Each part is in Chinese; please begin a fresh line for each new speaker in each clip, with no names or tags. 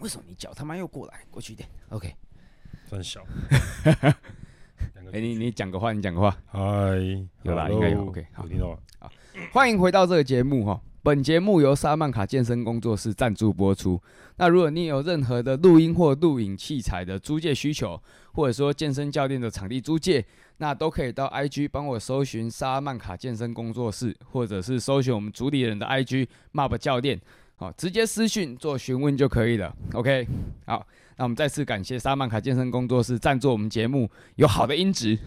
为什么你脚他妈又过来过去一点？OK，
算小。两
哎、
个
你你讲个话，你讲个话。
嗨，
有啦
hello，
应该有，OK，好
有听到吧？
欢迎回到这个节目哈。本节目由沙曼卡健身工作室赞助播出。那如果你有任何的录音或录影器材的租借需求，或者说健身教练的场地租借，那都可以到 IG 帮我搜寻沙曼卡健身工作室，或者是搜寻我们主理人的 IG Mob 教练，好，直接私讯做询问就可以了。OK，好，那我们再次感谢沙曼卡健身工作室赞助我们节目，有好的音质。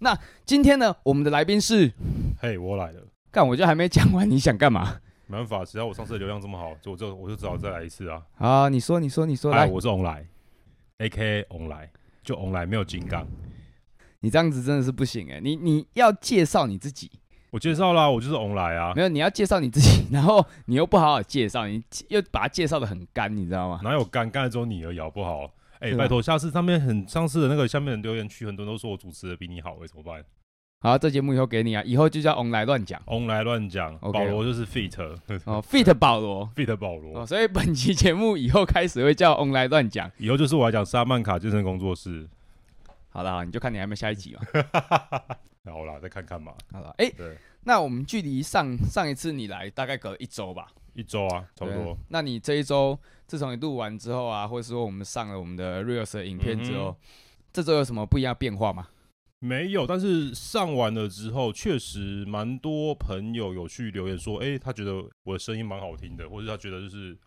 那今天呢，我们的来宾是。
嘿，我来了，
干，我就还没讲完，你想干 嘛？
没办法，只要我上次的流量这么好，就我就我就只好再来一次啊。
啊，你说，你说，你说，
嗨，
来，
我是翁来，A K A 翁来，就翁来没有金刚。
你这样子真的是不行哎、你你要介绍你自己，
我介绍啦，我就是翁来啊
没，有，你要介绍你自己，然后你又不好好介绍，你又把它介绍的很干，你知道吗？
哪有干干的只有你而已，好不好？哎，
是啊吗
拜托，下次上面很上次的那个下面的留言区，很多人都说我主持的比你好，哎，怎么办？
好，这节目以后给你啊，以后就叫 on 来乱讲
翁来乱讲，
OK
保罗就是 fit
哦，fit 保罗
fit 保罗
哦，，所以本期节目以后开始会叫 on 来乱讲。
以后就是我来讲沙曼卡健身工作室。
好了，好你就看你还没下一 集嘛。
好啦，再看看嘛，
好了，哎、
对，
那我们距离上上一次你来大概隔了一周吧，
一周啊，差不多
对。。那你这一周自从你录完之后啊，或者说我们上了我们的 reels 的影片之后，
嗯
这周有什么不一样的变 化吗？
没有，但是上完了之后，确实蛮多朋友有去留言说，哎、他觉得我的声音蛮好听的，或者他觉得就是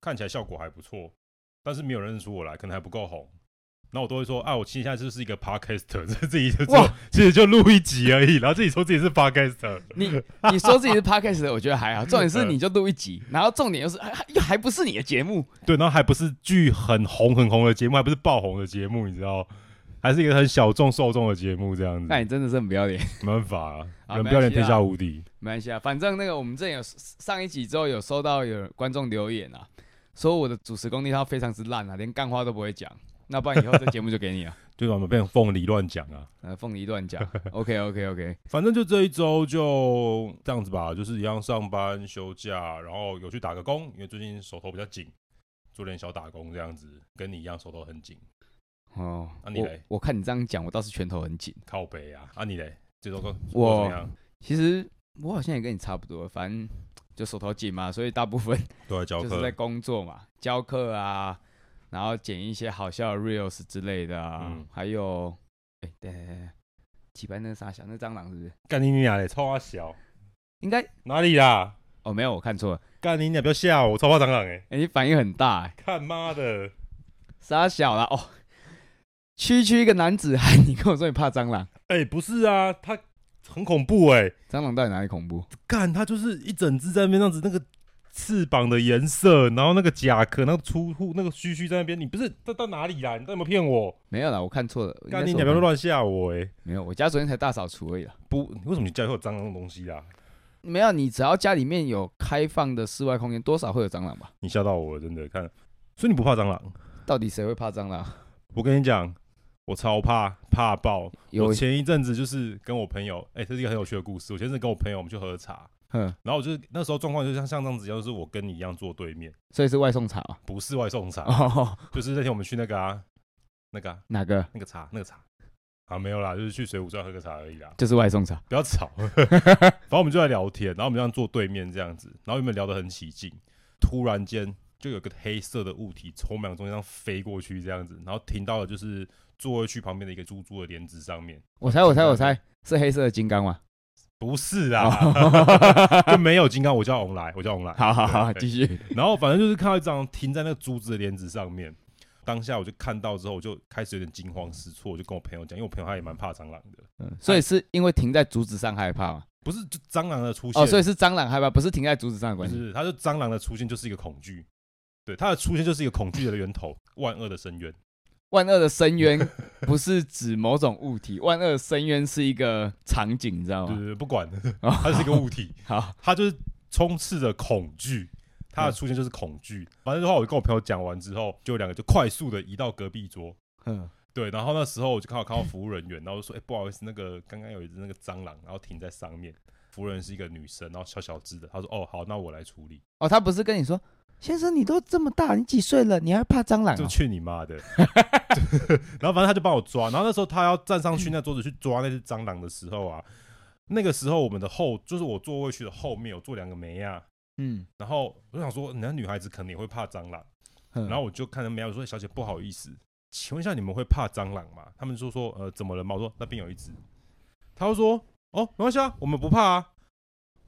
看起来效果还不错，但是没有人认出我来，可能还不够红。然后我都会说，啊，我其实现在就是一个 podcaster，这 自己就做
哇，
其实就录一集而已，然后自己说自己是 podcaster，
你你说自己是 podcast，的我觉得还好，重点 是你就录一集，然后重点又是还还又还不是你的节目，
对，然后还不是剧很红很红的节目，还不是爆红的节目，你知道，还是一个很小众受众的节目这样子，
那你真的是很不要脸。
没办法、啊，
好
人
没
不要
关
脸
系
天
哎啊
下无敌，
没关系啊，反正那个我们之前有上一集之后有收到有观众留言啊，说我的主持功力他非常之烂啊，连干话都不会讲，那不然以后这节目就给你 了。
对吧？我们变成凤梨乱讲啊。
呃，凤梨乱讲，OK OK OK，
反正就这一周就这样子吧，就是一样上班休假，然后有去打个工，因为最近手头比较紧，做点小打工这样子，跟你一样手头很紧，
哦，
那你
我
嘞
我看你这样讲，我倒是拳头很紧。
靠北啊！啊你嘞，这周工
我
作怎么样？
其实我好像也跟你差不多，反正就手头紧嘛，所以大部分
都在教
就是在
课，
工作嘛，教课啊，然后剪一些好笑的 reels 之类的啊，
嗯
还有，哎、对对对对，几班那啥小那蟑螂是不是？
干你俩嘞，超啊小
应该
哪里啦？
哦，没有，我看错了。
干你俩不要吓我，超怕蟑螂哎、
哎、你反应很大、哎，
看妈的，
傻小啦哦。区区一个男子汉，你跟我说你怕蟑螂，
哎、不是啊，它很恐怖哎、
蟑螂到底哪里恐怖？
干它就是一整只在那边这样子，那个翅膀的颜色，然后那个甲壳，那个出户，那个须须在那边，你不是这到哪里啦？你到底有没有骗我？
没有啦，我看错了。应该
干
是
你
我
娘！不要
看
乱吓我哎、
没有，我家昨天才大扫除而已啦。
不，为什么你家里会有蟑螂的东西啊啦？
没有，你只要家里面有开放的室外空间，多少会有蟑螂吧？
你吓到我了，真的看。所以你不怕蟑螂？
到底谁会怕蟑螂？
我跟你讲，我超怕，怕爆。
有
我，前一阵子就是跟我朋友，哎、这是一个很有趣的故事。我前一阵子跟我朋友我们去喝茶，
哼，
然后我就是那时候状况就像像这样子一样，就是我跟你一样坐对面，
所以是外送茶哦
不是外送茶，
哦，
就是那天我们去那个啊，那个、啊、
哪个？
那个茶那个茶啊，没有啦，就是去水浒传喝个茶而已啦。
就是外送茶。
不要吵。 然后我们就在聊天，然后我们这样坐对面这样子，然后原本聊得很起劲，突然间就有个黑色的物体从我们俩中间这样飞过去这样子，然后停到了就是座位区旁边的一个猪猪的帘子上面。
我猜，我猜，我猜是黑色的金刚吗？
不是 啊，就
哦
没有金刚，我叫红来，我叫红来。
好好好，
对
继续。
然后反正就是看到一张停在那个珠子的帘子上面，当下我就看到之后，我就开始有点惊慌失措，我就跟我朋友讲，因为我朋友他也蛮怕蟑螂的，
嗯所以是因为停在竹子上害怕吗？
不是就蟑螂的出现，
哦，所以是蟑螂害怕，不是停在竹子上的
不
关系。
是，它就蟑螂的出现就是一个恐惧，对，它的出现就是一个恐惧的 源头，万恶的深渊。
万恶的深 渊不是指某种物体，万恶的深渊是一个场景，你知道
对
吗？
对对，不管
哦
它就是一个物体，
好，
它就是充斥着恐惧，它的出现就是恐惧。反正的话，我跟我朋友讲完之后，就两个就快速的移到隔壁桌。
嗯，
对，然后那时候我就刚好看到服务人员，然后就说：“哎、不好意思，那个刚刚有一只那个蟑螂，然后停在上面。”服务人员是一个女生，然后小小只的，她说：“哦，好，那我来处理。
哦，他不是跟你说先生，你都这么大，你几岁了，你还怕蟑螂、
就
哦？
去你妈的！ 然后反正他就帮我抓，然后那时候他要站上去那桌子去抓那只蟑螂的时候啊，那个时候我们的后就是我座位区的后面有坐两个梅亚，
嗯，
然后我就想说，那女孩子肯定会怕蟑螂，然
然
后我就看着梅亚我说：“小姐，不好意思，请问一下你们会怕蟑螂吗？”他们就说：“呃，怎么了嘛？”我说：“那边有一只。”他就说：“哦，没关系啊，我们不怕啊。”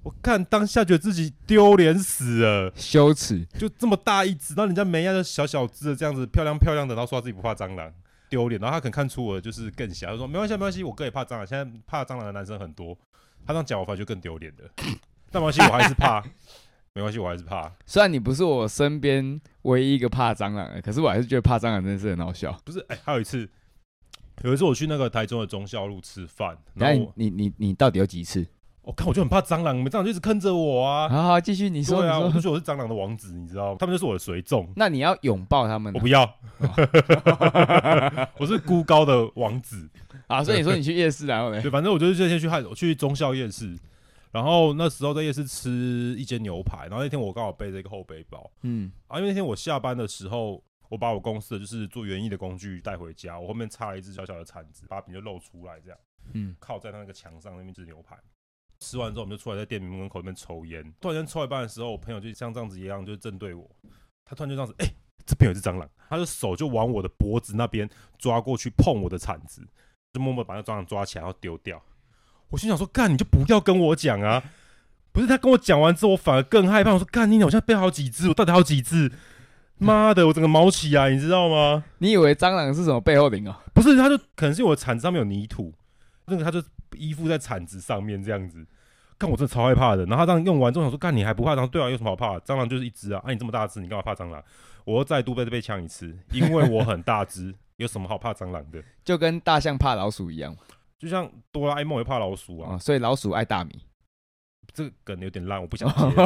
我看当下觉得自己丢脸死了。
羞耻，
就这么大一只，然后人家梅亚就小小只的这样子，漂亮漂亮的，然后说她自己不怕蟑螂，丢脸。然后他可能看出我就是更小，他说没关系，没关系，我哥也怕蟑螂，现在怕蟑螂的男生很多。他这样讲，我发觉更丢脸的。但没关系，我还是怕，没关系，我还是怕。
虽然你不是我身边唯一一个怕蟑螂的，可是我还是觉得怕蟑螂真的是很好笑。
不是，哎、还有一次，有一次我去那个台中的忠孝路吃饭，
那
然后
你
我
你你你到底有几次？
我看、我就很怕蟑螂，你们蟑螂就一直坑着我啊。
好好，继续你说
对啊，我
你说，
就觉得我是蟑螂的王子，你知道吗？他们就是我的随从，
那你要拥抱他们啊
我不 要， 我是孤高的王子。
啊！所以你说你去夜市，然后呢？
对，反正我就是先去汉，我去中校夜市，然后那时候在夜市吃一间牛排，然后那天我刚好背着一个后背包
嗯
啊，因为那天我下班的时候，我把我公司的就是做园艺的工具带回家，我后面插了一只小小的铲子，把柄就露出来，这样
嗯，
靠在那个墙上那边吃牛排。吃完之后，我们就出来在店门口那边抽烟。突然间抽到一半的时候，我朋友就像这样子一样，就正对我，他突然就这样子，哎、这边有一只蟑螂，他的手就往我的脖子那边抓过去碰我的铲子，就默默把那蟑螂抓起来，然后丢掉。我心想说，干你就不要跟我讲啊！不是他跟我讲完之后，我反而更害怕。我说，干你娘，我现在被好几只，我到底还有几只？妈的，我整个毛起来，你知道吗？
你以为蟑螂是什么背后灵哦？
不是，他就可能是因为我铲子上面有泥土，那个他就依附在铲子上面这样子。干我真的超害怕的。然后他这样用完之后，想说干你还不怕蟑螂？对啊，有什么好怕的？蟑螂就是一只啊，啊你这么大只，你干嘛怕蟑螂？我又再度被被呛一次，因为我很大只，有什么好怕蟑螂的？
就跟大象怕老鼠一样嘛
就像哆啦 A 梦也怕老鼠啊，
啊，所以老鼠爱大 米。
这个梗有点烂，我不想接。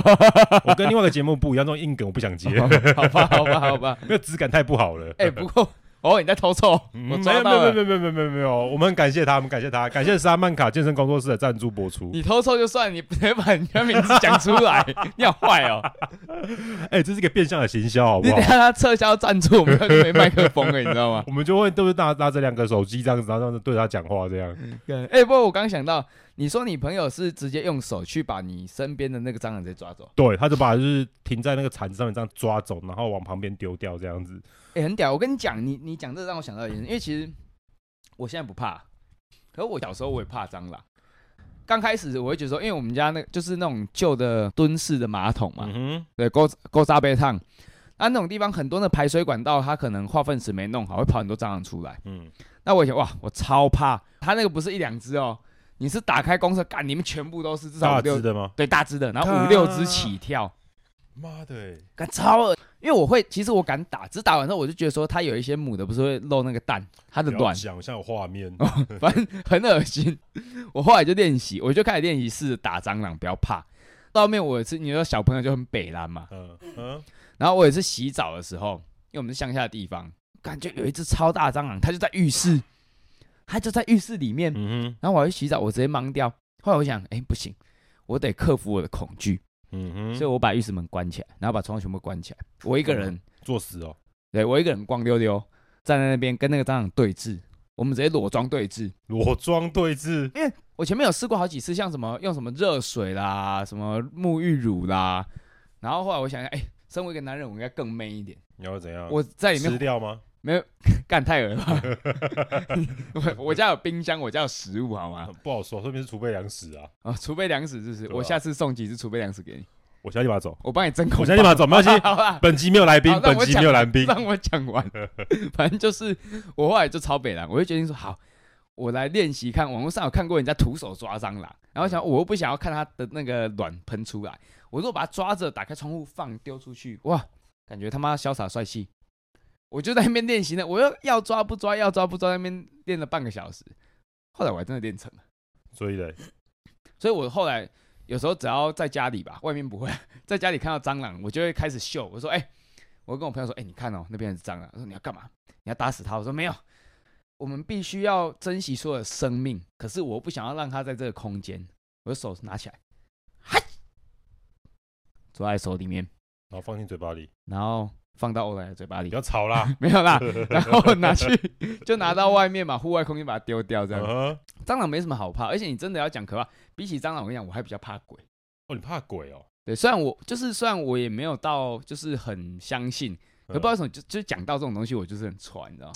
我跟另外一个节目不一样，这种硬梗我不想接，
好吧，好吧，好 吧。
因为质感太不好了。
哎、不过偶尔你在偷臭，
嗯
我
没
抓
有没
到
有没
了。
有没有没有没有没有，我们很感谢他，我们感谢他，感谢沙曼卡健身工作室的赞助播出。
你偷臭就算，你直接把人家名字讲出 来，你好坏哦！
哎、这是一个变相的行销，好
你
不好
等？下他撤销赞助，我们就没麦克风了，你知道吗？
我们就会都是拿拿着两个手机这样子，然后这样子对他讲话这样。
哎、不过我刚想到，你说你朋友是直接用手去把你身边的那个蟑螂直接抓走，
对，他就把就是停在那个铲子上面这样抓走，然后往旁边丢掉这样子。
哎、很屌。我跟你讲，你你讲这让我想到一件事，因为其实我现在不怕，可是我小时候我也怕蟑螂。刚开始我会觉得说，因为我们家那就是那种旧的蹲式的马桶嘛，
嗯
对，勾勾沙杯烫。啊那那种地方很多的排水管道，它可能化粪池没弄好，会跑很多蟑螂出来
哼，。嗯，
那我以前哇，我超怕，它那个不是一两只哦，你是打开公车，干，里面全部都是至少
大
五六
只的吗？
对大只的，然后
看
五六只起跳，
妈的、欸，
干超恶。因为我会，其实我敢打，只打完之后我就觉得说，它有一些母的不是会漏那个蛋，它的
不要
卵，
讲像有画面。
反正很恶心。我后来就练习，我就开始练习试着打蟑螂，不要怕。到后面我是你说小朋友就很北蓝嘛，
嗯嗯，
然后我也是洗澡的时候，因为我们是乡下的地方，感觉有一只超大蟑螂，它就在浴室，它就在浴室里面。
嗯哼，
然后我要去洗澡，我直接懵掉。后来我想，哎、不行，我得克服我的恐惧，
嗯哼，
所以我把浴室门关起来，然后把窗户全部关起来。我一个人，
作死哦。
对我一个人光溜溜站在那边跟那个蟑螂对峙，我们直接裸装对峙。
裸妆对峙，
我前面有试过好几次，像什么用什么热水啦，什么沐浴乳啦，然后后来我想想，哎、身为一个男人，我应该更 man 一点。
你要怎样？
我在里面
吃掉 吗？
没有干太恶了 吧？我我家有冰箱，我家有食物，好吗？
不好说，说明是储备粮食啊。
啊，储备粮食是不是？
对啊
我下次送几只储备粮食给你，
我现在立马 走，
我帮你真空包。
我现在立马走，没关系。
好啦，
本集没有来宾
好，让
本
我
集没有来宾。
让我讲完。反正就是我后来就超北蓝，我就决定说好，我来练习看。网络上有看过人家徒手抓蟑螂，然后想我又不想要看它的那个卵喷出来，我如果把它抓着，打开窗户放丢出去，哇，感觉他妈潇洒帅气。我就在那边练习呢，我又要抓不抓，要抓不抓，在那边练了半个小时。后来我还真的练成了，
所以嘞，
所以我后来有时候只要在家里吧，外面不会， 在家里看到蟑螂，我就会开始秀。我说：“哎、我跟我朋友说，哎、你看哦，那边是蟑螂。”他说：“你要干嘛？你要打死它？”我说：“没有，我们必须要珍惜所有的生命，可是我不想要让它在这个空间。”我的手拿起来，嗨，抓在手里面，
然后放进嘴巴里，
然后放到欧莱的嘴巴里。
不，要吵 啦
没有啦，然后拿去就拿到外面嘛，户外空间把它丢掉这
嗯
样。
哼
蟑螂没什么好怕，而且你真的要讲可怕，比起蟑螂，我跟你讲，我还比较怕鬼。
哦，你怕鬼哦？
对，虽然我就是虽然我也没有到就是很相信，可不知道为
嗯
什么就就讲到这种东西，我就是很喘，你知道吗？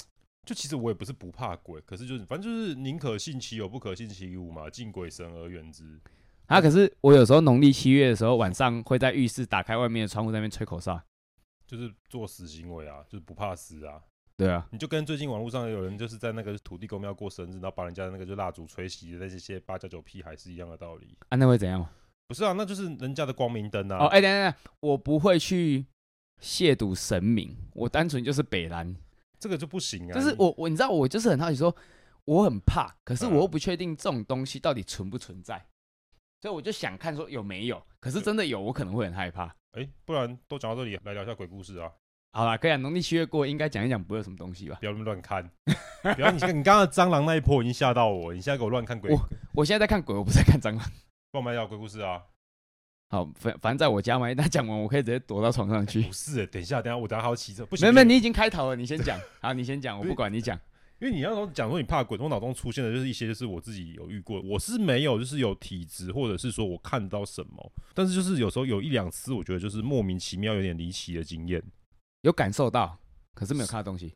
就其实我也不是不怕鬼，可是就是反正就是宁可信其有，不可信其无嘛，敬鬼神而远之。
啊，可是我有时候农历七月的时候晚上会在浴室打开外面的窗户在那边吹口哨。
就是做死行为啊，就是不怕死啊。
对啊，
你就跟最近网络上有人就是在那个土地公庙过生日，然后把人家的那个就蜡烛吹熄的那些些八加九屁孩是一样的道理。
啊那会怎样吗？
不是啊，那就是人家的光明灯啊。
哦，哎、等一下等一下，我不会去亵渎神明，我单纯就是北兰，
这个就不行啊。
就是
你
我我你知道我就是很好奇说，我很怕，可是我又
嗯
不确定这种东西到底存不存在，所以我就想看说有没有，可
嗯
是真的有，我可能会很害怕。
哎、不然都讲到这里，来聊一下鬼故事啊，
好啦，可以啊，农历七月过应该讲一讲不会有什么东西吧？
不要那么乱看。不要你你刚刚的蟑螂那一波已经吓到我，你现在给我乱看鬼，
我现在在看鬼，我不是在看蟑螂。
帮我们来聊鬼故事啊。
好，反反正在我家嘛，一旦讲完，我可以直接躲到床上去
不。是、等一下，等一下，我等一下还要骑车， 不行。
没有没有，你已经开头了，你先 讲。好，你先讲，我
不是
不管你讲。
因为你那时候讲说你怕鬼，我脑中出现的就是一些就是我自己有遇过，我是没有就是有体质或者是说我看到什么，但是就是有时候有一两次我觉得就是莫名其妙有点离奇的经验。
有感受到，可是没有看到东西。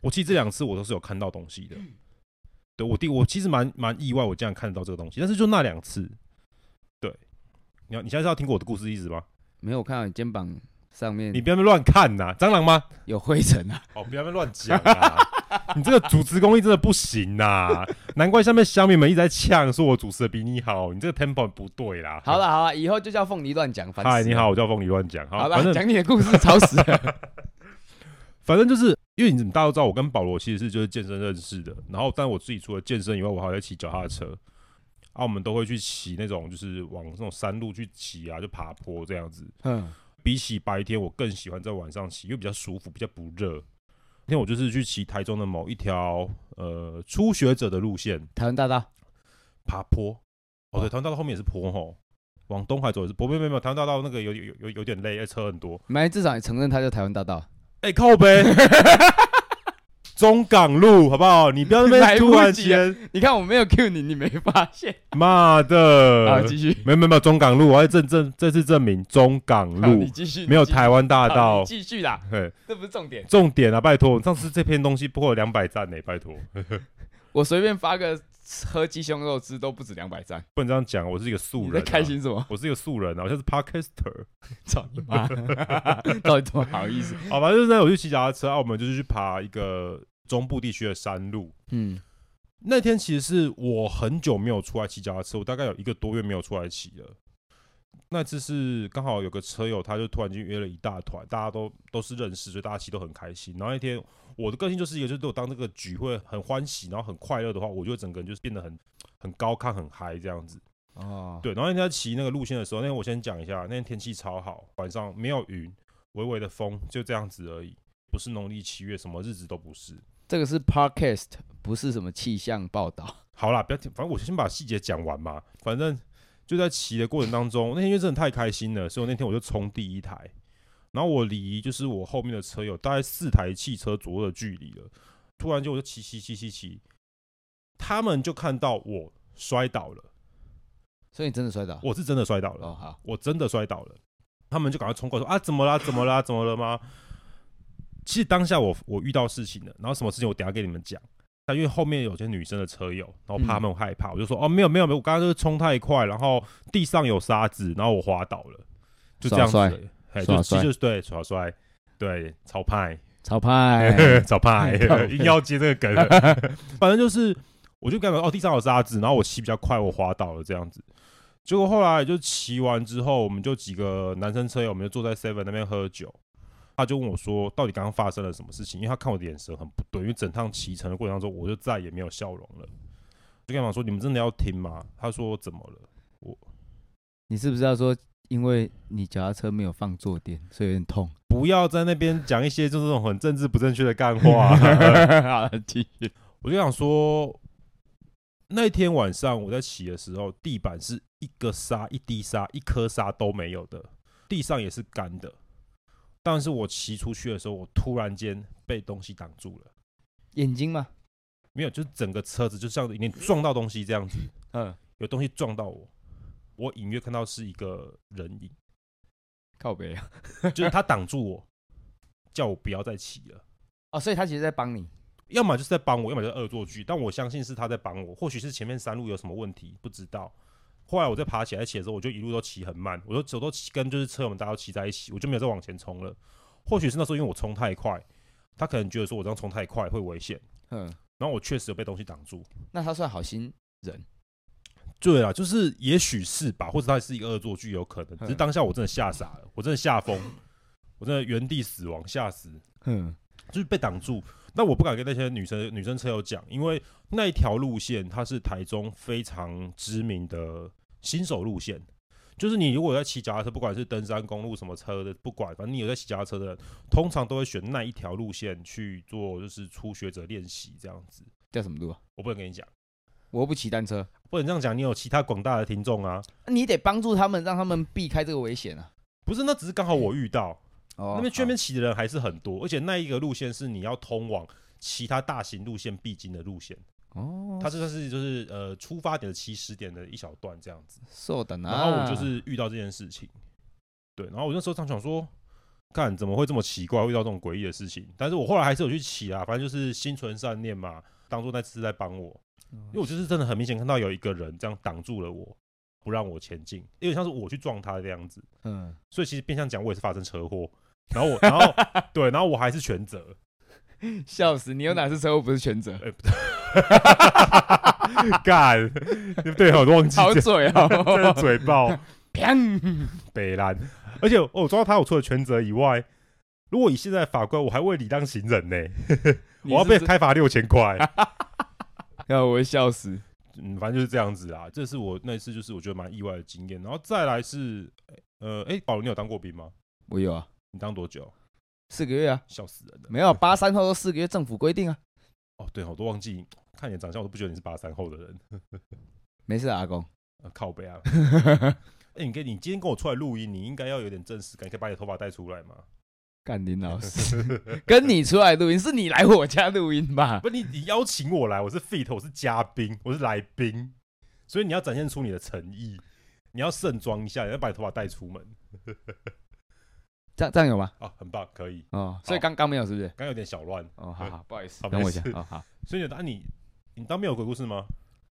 我其实这两次我都是有看到东西的，对我第我其实蛮蛮意外我竟然看得到这个东西，但是就那两次，对，你要你现在是要听我的故事意思吗？
没有，我看到你肩膀上面
你不要在那边乱看呐、蟑螂吗？
有灰尘啊。
哦，不要在那边乱讲啊！ 你这个主持功力真的不行呐、难怪下面乡民们一直在呛，说我主持的比你好，你这个 tempo 不对啦。
好，了好了，以后就叫凤梨乱讲。烦死
嗨，你
了。
好，我叫凤梨乱讲。好
好
反
了，
正
讲你的故事，吵死 了。
反正就是因为你们大家都知道，我跟保罗其实是就是健身认识的，然后但我自己除了健身以外，我还会骑脚踏车。啊，我们都会去骑那种，就是往那种山路去骑啊，就爬坡这样子。
嗯，
比起白天，我更喜欢在晚上骑，因为比较舒服，比较不热。那天我就是去骑台中的某一条呃初学者的路线，
台湾大道
爬坡。哦，对，台湾大道后面也是坡吼，往东海走也是坡。没有没有没有，台湾大道那个有有有有点累，哎车很多。
没，至少你承认它叫台湾大 道。
哎、靠呗，中港路好不好？你不要那
来
边
不
突然
及啊了
间，
你看我没有 cue 你，你没发现。
妈
好，
的，
啊继续。
没有没有没有中港路，我要证证这次证明中港
好你
路
继续。
没有
你继续
台湾
好
大道
你。继续啦，
嘿
这不是重点。
重点啊，拜托！上次这篇东西不过有两百赞呢，拜托，
我随便发个喝鸡胸肉汁都不止两百赞，
不能这样讲，我是一个素
你
人、
在
啊，
开，心什么？
我是一个素人啊，我现在是 podcaster。
操你妈！ 到底怎么好意思？
好吧，就是那我去骑脚踏车，啊，我们就是去爬一个中部地区的山路。
嗯，
那天其实是我很久没有出来骑脚踏车，我大概有一个多月没有出来骑了。那次是刚好有个车友，他就突然间约了一大团，大家都都是认识，所以大家骑都很开心。然后那天我的个性就是一个，就是对我当这个局会很欢喜，然后很快乐的话，我就会整个人就是变得很很高亢、很嗨这样子。
哦，
对，然后那天在骑那个路线的时候，那天我先讲一下，那天天气超好，晚上没有云，微微的风，就这样子而已，不是农历七月，什么日子都不是。
这个是 podcast，不是什么气象报道。
好啦，不要听，反正我先把细节讲完嘛。反正就在骑的过程当中，那天因为真的太开心了，所以我那天我就冲第一台，然后我离就是我后面的车有大概四台汽车左右的距离了。突然间我就骑骑骑骑骑，他们就看到我摔倒了，
所以你真的摔倒？
我是真的摔倒了，
哦，好，
我真的摔倒了。他们就赶快冲过来说啊，怎么啦？怎么啦？怎么了吗？其实当下我我遇到事情了，然后什么事情我等一下给你们讲。但因为后面有些女生的车友，然后怕他们害
嗯
怕，我就说哦，没有没有没有，我刚刚就是冲太快，然后地上有沙子，然后我滑倒了，就这样子
耍
而
帅
已。哎，
耍
就其
帅
实就是对耍帅，对潮派，
潮 派
找怕
靠北
硬要接这个梗，哎反正就是我就感觉哦，地上有沙子，然后我骑比较快，我滑倒了这样子。结果后来就骑完之后，我们就几个男生车友，我们就坐在 Seven 那边喝酒。他就问我说：“到底刚刚发生了什么事情？”因为他看我的眼神很不对，因为整趟骑乘的过程当中，我就再也没有笑容了。就跟他们说：“你们真的要听吗？”他说：“怎么了？”
你是不是要说，因为你脚踏车没有放坐垫，所以有点痛？
不要在那边讲一些就是这种很政治不正确的干话。
好了，继续。
我就想说，那天晚上我在骑的时候，地板是一个沙、一滴沙、一颗沙都没有的，地上也是干的，但是我骑出去的时候，我突然间被东西挡住了，
眼睛嘛，
没有，就是整个车子就像有点撞到东西这样子，
嗯，
有东西撞到我，我隐约看到是一个人影，
靠北啊，
就是他挡住我，叫我不要再骑了。
哦，所以他其实在帮你，
要么就是在帮我，要么就是恶作剧。但我相信是他在帮我，或许是前面山路有什么问题，不知道。后来我在爬起来骑的时候，我就一路都骑很慢，我就手都骑跟就是车我们大家都骑在一起，我就没有再往前冲了。或许是那时候因为我冲太快，他可能觉得说我这样冲太快会危险，
嗯，
然后我确实有被东西挡住。
那他算好心，
对啊，就是也许是吧，或者他是一个恶作剧，有可能。只是
嗯
当下我真的吓傻了，我真的吓疯，我真的原地死亡，吓死。
嗯，
就是被挡住。那我不敢跟那些女生女生车友讲，因为那一条路线它是台中非常知名的新手路线。就是你如果在骑脚踏车，不管是登山公路什么车的，不管，反正你有在骑脚踏车的人，通常都会选那一条路线去做，就是初学者练习这样子。
叫什么路啊？
我不能跟你讲，
我又不骑单车，
不能这样讲，你有其他广大的听众啊，
你得帮助他们，让他们避开这个危险啊。
不是，那只是刚好我遇到，
哦
那边去那边骑的人还是很多，而且那一个路线是你要通往其他大型路线必经的路线。
哦，
它这算是就是呃出发点的起始点的一小段这样子。
受等啊，
然后我就是遇到这件事情，对，然后我那时候常想说，看怎么会这么奇怪，会遇到这种诡异的事情。但是我后来还是有去骑啊，反正就是心存善念嘛，当做那次在帮我，因为我就是真的很明显看到有一个人这样挡住了我，不让我前进，有点像是我去撞他这样子。
嗯，
所以其实变相讲，我也是发生车祸。然后我，然后对，然后我还是全责，
笑死，你有哪次车祸不是全责？
干， 对，我都忘记
好
讲，
嘴哦，
真的嘴爆。
砰！
北兰，而且哦我抓他，我除了全责以外，如果以现在的法规，我还未礼让行人呢、我要被开罚六千块。
要我会笑死。
嗯，反正就是这样子啦。这是我那一次就是我觉得蛮意外的经验。然后再来是，呃，哎、保罗，你有当过兵吗？
我有啊，
你当多久？
四个月啊，
笑死人了。
没有八三后都四个月，政府规定啊，
哦，对，我都忘记看你的长相，我都不觉得你是八三后的人。
没事啊，阿公。
呃、靠北啊！ 哎、你跟你今天跟我出来录音，你应该要有点正式感，你可以把你的头发带出来吗？
干林老师， 跟你出来录音是你来我家录音吧？
不，你你邀请我来，我是 fit，我是嘉宾，我是来宾，所以你要展现出你的诚意，你要盛装一下，你要把你头发带出门
这样这样有吗？
啊，很棒，可以。
哦，所以刚刚没有是不是？
刚刚有点小乱，
哦，好好，不好意思，
好
等我一下
没。事
哦，好，
所以你的啊你你当面有鬼故事吗？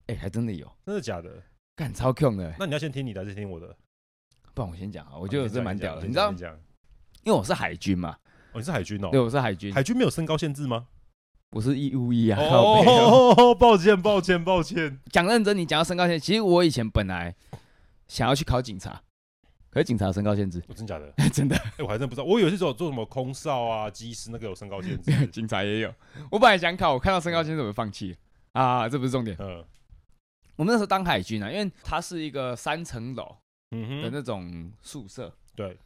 哎，还真的有，
真的假的？
干超 Q 的欸。
那你要先听你的还是听我的？
不然我先讲啊，我觉得我
是
是蛮屌的，你知道，
哦讲，
因为我是海军嘛，
哦，你是海军哦
对，，我是海军，
海军没有身高限制 吗？
我是义务役啊。靠背哦
哦，抱歉，抱歉，抱歉。
讲认真，你讲到身高限，其实我以前本来想要去考警察，可是警察有身高限制，
我哦真假的？
真的，
哎，我还真不知道，我以为是做做什么空少啊、机师那个有身高限 制。
警察也有。我本来想考，我看到身高限制我就放弃了啊，这不是重点。
嗯
我们那时候当海军啊，因为它是一个三层楼的
嗯哼，
那种宿舍。
对，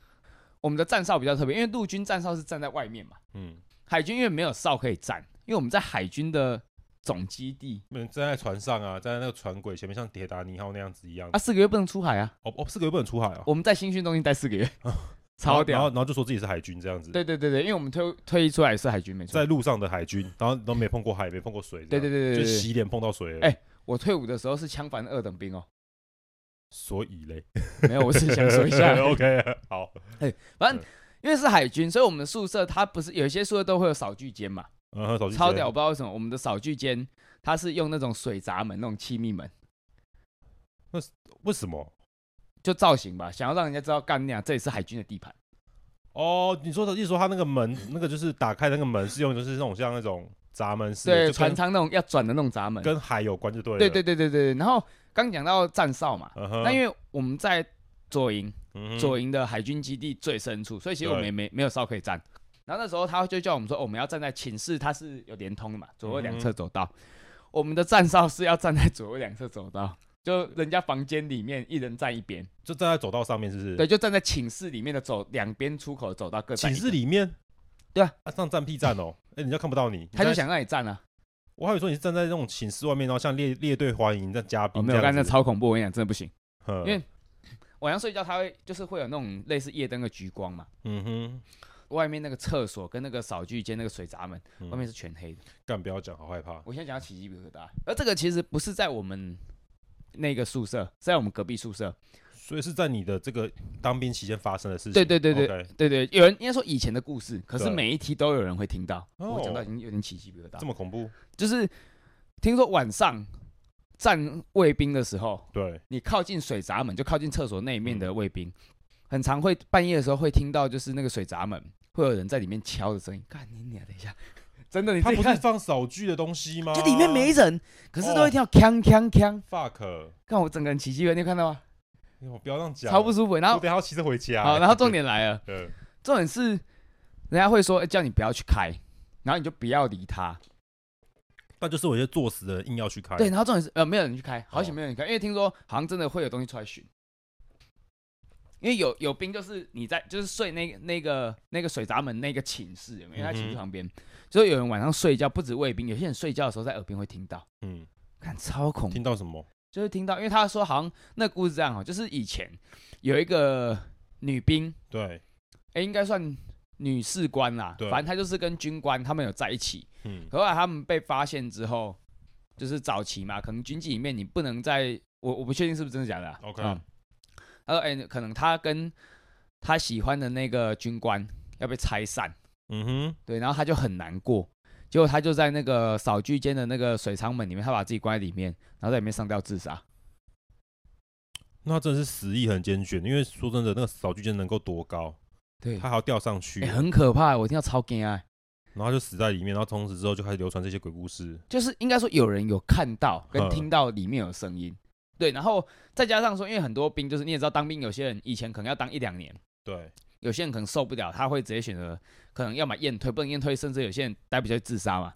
我们的站哨比较特别，因为陆军站哨是站在外面嘛，
嗯，
海军因为没有哨可以站，因为我们在海军的总基地
没有站在船上啊，站在那个船轨前面，像铁达尼号那样子一样。
啊，四个月不能出海啊。
哦哦，四个月不能出海哦，
我们在新训中心待四个 月，
然
超
后然后
屌。
然后就说自己是海军这样子。
对，对对对，因为我们退退役出来是海军，没错
在。路上的海军，然后都没碰过海，没碰过水，
对对对对对
就
对
洗脸碰到水了。
哎我退伍的时候是枪反二等兵哦，
所以嘞，
没有，我是想说一下，
OK，好，
反正因为是海军，所以我们的宿舍它不是有一些宿舍都会有扫具间嘛，
嗯，手机
超屌，我不知道为什么我们的扫具间它是用那种水闸门那种气密门，
为什么？
就造型吧，想要让人家知道干你啊，这里是海军的地盘，
哦，你说的，意思说他那个门，那个就是打开那个门是用，就是那种像那种闸门式的，
对，
就
船
跟
舱那种要转的那种闸门，
跟海有关就对了。
对对对对对。然后刚讲到站哨嘛，
嗯哼，嗯
那因为我们在左营，
为
左营的海军基地最深处，所以其实我们也没没有哨可以站。然后那时候他就叫我们说，哦我们要站在寝室，它是有连通的嘛，左右两
嗯
侧走道。我们的站哨是要站在左右两侧走道，就人家房间里面一人站一边，
就站在走道上面，是不是？
对，，就站在寝室里面的走两边出口的走道各站
寝
一
室
边。
里面。
对啊，
啊，上站屁站哦，哎，人家看不到你，
他就
你在
想让你站啊！
我还以为说你是站在那种寝室外面，然后像列列队欢迎在嘉
哦，
宾
没
这
有，
样子。
刚才超恐怖，我跟你讲，真的不行。
嗯
因为晚上睡觉，他会就是会有那种类似夜灯的橘光嘛，
嗯哼，
外面那个厕所跟那个扫具间那个水闸门，
嗯
外面是全黑的。
干不要讲，好害怕。
我现在讲到起鸡皮疙瘩。而这个其实不是在我们那个宿舍，是在我们隔壁宿舍。
所以是在你的这个当兵期间发生的事情。
对对对对
OK，
对对，有人应该说以前的故事，可是
对
每一题都有人会听到。
哦
我讲到已经有点起鸡皮疙瘩
这。么恐怖？
就是听说晚上站卫兵的时候，
对，
你靠近水闸门，就靠近厕所那一面的卫兵，很常会半夜的时候会听到，就是那个水闸门会有人在里面敲的声音。干你娘！等一下， 真的你
他
自
不
己
是
看，
放扫具的东西吗？
就里面没人，可是都会听到锵锵锵。
fuck，
看我整个人起鸡皮疙瘩，你有看到吗？
哎呦不要这样讲，
超不舒服。然
我
后
等一下要骑车回家。
好，然后重点来了，
对，
重点是人家会说、哎叫你不要去开，然后你就不要理他。
那就是我一些作死的人硬要去开。
对，，然后重点是呃，没有人去开，好险
哎哦
没有人去开，因为听说好像真的会有东西出来巡。因为有有兵，就是你在就是睡那个那个那个水闸门那个寝室，有没有？他寝室
嗯哼
旁边，所以有人晚上睡觉，不止卫兵，有些人睡觉的时候在耳边会听到，
嗯，
看超恐怖，
听到什么？
就是听到，因为他说好像那故事这样哦，就是以前有一个女兵，
对，
哎、应该算女士官啦，
对
反正她就是跟军官他们有在一起，
嗯，
可后来他们被发现之后，就是早期嘛，可能军纪里面你不能在我我不确定是不是真的假的、啊。
OK
嗯他说：“哎、可能他跟他喜欢的那个军官要被拆散，
嗯哼，
对，然后他就很难过。结果他就在那个扫具间的那个水舱门里面，他把自己关在里面，然后在里面上吊自杀。
那他真的是死意很艰险，因为说真的，那个扫具间能够多高，
对，
他还要吊上去，
哎、很可怕，我听到超惊啊！
然后他就死在里面，然后从此之后就开始流传这些鬼故事。
就是应该说有人有看到跟
嗯
听到里面有声音，对，然后再加上说，因为很多兵就是你也知道，当兵有些人以前可能要当一两年。”
对，
有些人可能受不了，他会直接选择可能要么验退，不能验退，甚至有些人待不下去自杀嘛。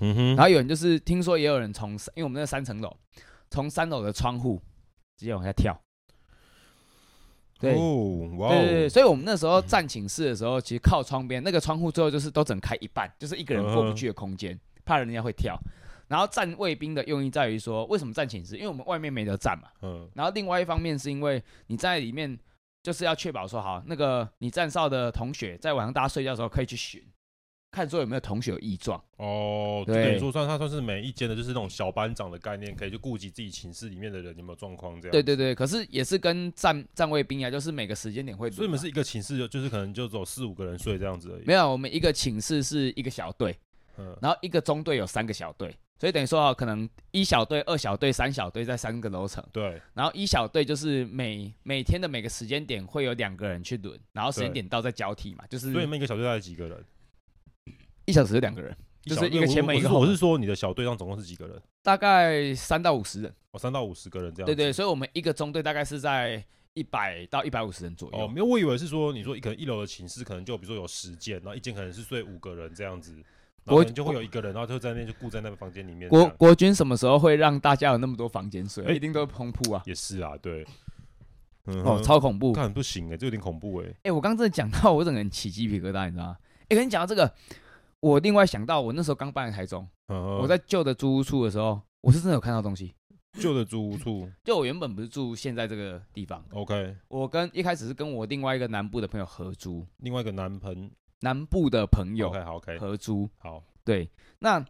嗯哼，
然后有人就是听说也有人从，因为我们那三层楼，从三楼的窗户直接往下跳。对、
哦，哇
对对对，
哦，
所以我们那时候站寝室的时候，其实靠窗边那个窗户最后就是都整开一半，就是一个人过不去的空间，怕人家会跳。然后站卫兵的用意在于说，为什么站寝室？因为我们外面没得站嘛。
嗯，
然后另外一方面是因为你在里面就是要确保说，好，那个你站哨的同学在晚上大家睡觉的时候可以去巡，看说有没有同学有异状。
哦，就
对
等于说算他算是每一间的，就是那种小班长的概念，可以就顾及自己寝室里面的人有没有状况这样。
对对对，可是也是跟站站卫兵啊，就是每个时间点会轮啊。
所以你们是一个寝室，就是可能就只有四五个人睡这样子而已。
没有，我们一个寝室是一个小队，
嗯，
然后一个中队有三个小队，所以等于说啊，可能一小队、二小队、三小队在三个楼层，
对，
然后一小队就是每每天的每个时间点会有两个人去轮，然后时间
对
点到再交替嘛，就是
所以你们一个小队大概几个人？
一小时有两个人，就是
小队
一个
我
前门
我
一个
是
后
我
门
是说你的小队上总共是几个人？
大概三到五十人。
哦，三到五十个人这样。
对对，。所以我们一个中队大概是在一百到一百五十人左右。
哦，没有，我以为是说你说可能一楼的寝室可能就比如说有十间，然后一间可能是睡五个人这样子，然后
我
可能就会有一个人，然后就在那边就顾在那个房间里面这
国
样。
国军什么时候会让大家有那么多房间睡？
哎
一定都是空铺啊！
也是啊，对。嗯
哦，
哼
超恐怖！哎、
看不行哎、这有点恐怖哎、
我刚刚真的讲到，我整个人起鸡皮疙瘩，你知道吗？哎、跟你讲到这个，我另外想到，我那时候刚搬来台中，
嗯
我在旧的租屋处的时候，我是真的有看到东西。
旧的租屋处
就我原本不是住现在这个地方，
，OK。
我跟一开始是跟我另外一个南部的朋友合租，
另外一个男朋
南部的朋
友
友
，OK，好，OK，
合租。
好，
对，那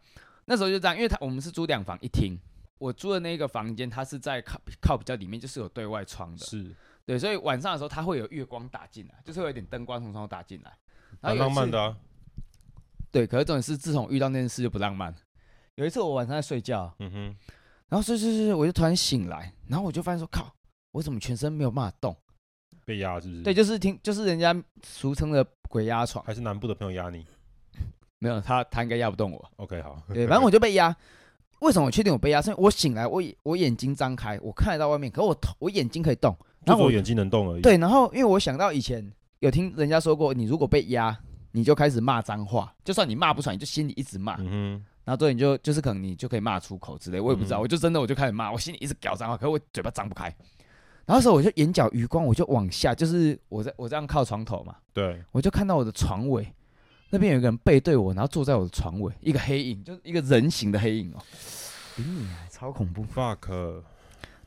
那时候就这样，因为他我们是租两房一厅，我租的那个房间它是在靠靠比较里面，就是有对外窗的，
是
对，所以晚上的时候它会有月光打进来，就是会有一点灯光从窗户打进来，然后
蛮
有一
浪
次
漫的啊，
对，可是重点是自从遇到那件事就不浪漫。有一次我晚上在睡觉，
嗯哼，
然后睡睡睡，睡我就突然醒来，然后我就发现说靠，我怎么全身没有办法动？
被压是不是？
对，，就是听就是人家俗称的鬼压床，
还是南部的朋友压你
没有他他应该压不动我，
，OK，好，
对，反正我就被压。为什么我确定我被压？是因为我醒来，我眼我眼睛张开，我看得到外面，可我头我眼睛可以动。然
就
后
我
我
眼睛能动而已，，
对，然后因为我想到以前有听人家说过，你如果被压，你就开始骂脏话，就算你骂不出来，你就心里一直骂，
嗯哼，
然后最后你就就是可能你就可以骂出口之类。我也不知道，
嗯
我就真的我就开始骂，我心里一直屌脏话，可是我嘴巴张不开。然后那时候我就眼角余光，我就往下，就是我在我这样靠床头嘛，
对，
我就看到我的床尾那边有一个人背对我，然后坐在我的床尾，一个黑影，就是一个人形的黑影哦，嗯，超恐怖。
fuck，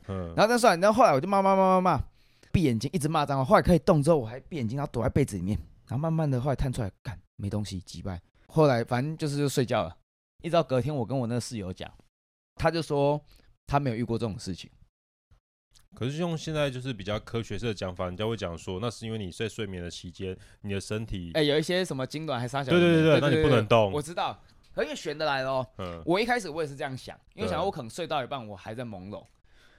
嗯，
然后但算了，然后后来我就骂骂骂骂骂，闭眼睛一直骂脏话，后来可以动之后，我还闭眼睛，然后躲在被子里面，然后慢慢的后来探出来，干没东西，击败。后来反正就是就睡觉了，一直到隔天我跟我那个室友讲，他就说他没有遇过这种事情。
可是用现在就是比较科学式的讲法，人家会讲说，那是因为你在睡眠的期间，你的身体，
哎、有一些什么痉挛还沙小
对
的，
对对
对
对，那你不能
我
动，
知道，可因为悬的来了哦。
嗯，
我一开始我也是这样想，因为
对
想到我可能睡到一半我还在朦胧，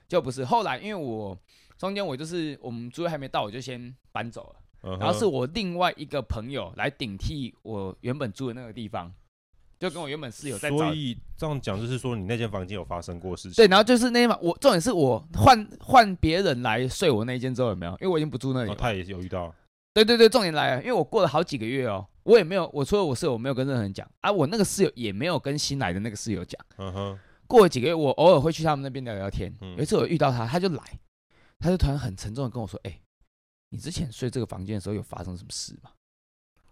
就不是。后来因为我中间我就是我们租约还没到，我就先搬走了，
然
然后是我另外一个朋友来顶替我原本住的那个地方，就跟我原本室友在找
所以这样讲就是说，你那间房间有发生过事情，
对，然后就是那天晚，我重点是我换换别人来睡我那一间之后有没有？因为我已经不住那里
然
了
后。哦他也是有遇到，
对对对，重点来了，因为我过了好几个月哦，我也没有，我除了我室友，我没有跟任何人讲啊，我那个室友也没有跟新来的那个室友讲。
嗯哼，
过了几个月，我偶尔会去他们那边聊聊天。
嗯
有一次我遇到他，他就来，他就突然很沉重的跟我说：“哎、你之前睡这个房间的时候有发生什么事吗？”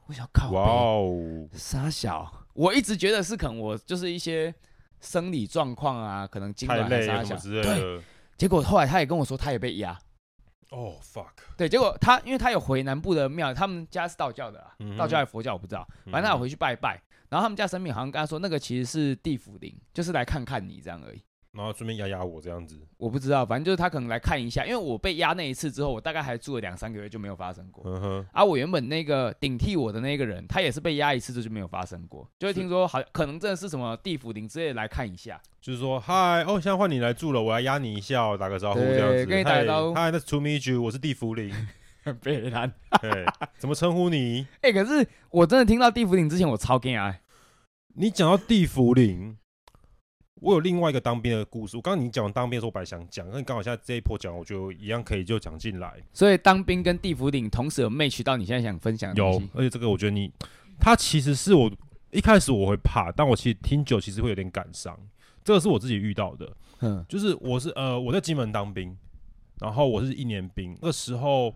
我想靠
哇
北，
哦，
傻小，我一直觉得是可能我就是一些生理状况啊，可能痉
太
挛还是
累
傻
了什么
小。
之类
对，
的，
结果后来他也跟我说他也被压。
哦 fuck，
对，结果他因为他有回南部的庙，他们家是道教的啦，啊
嗯哼
道教还是佛教我不知道，反正他有回去拜拜。然后他们家神明好像跟他说，那个其实是地府灵，就是来看看你这样而已。
然后顺便压压我这样子，
我不知道，反正就是他可能来看一下，因为我被压那一次之后，我大概还住了两三个月就没有发生过。
嗯哼，
啊，我原本那个顶替我的那个人，他也是被压一次，这就没有发生过。就是听说好，可能真的是什么地府灵之类的来看一 下。
就是说嗨，哦，现在换你来住了，我要压你一下哦，打个招呼
对
这样子，
跟你打个招呼
嗨，那是 To meet you，我是地 福林，
北兰，
嘿怎么称呼你？
哎，可是我真的听到地府灵之前，我超惊讶。
你讲到地福林，我有另外一个当兵的故事。我刚刚你讲当兵的时候，我本来想讲，但刚好现在这一波讲，我就一样可以就讲进来。
所以当兵跟地府灵同时有 match 到你现在想分享的东
有
西，。
而且这个我觉得你，他其实是我一开始我会怕，但我其实听久其实会有点感伤。这个是我自己遇到的，
嗯，
就是我是呃我在金门当兵，然后我是一年兵，那时候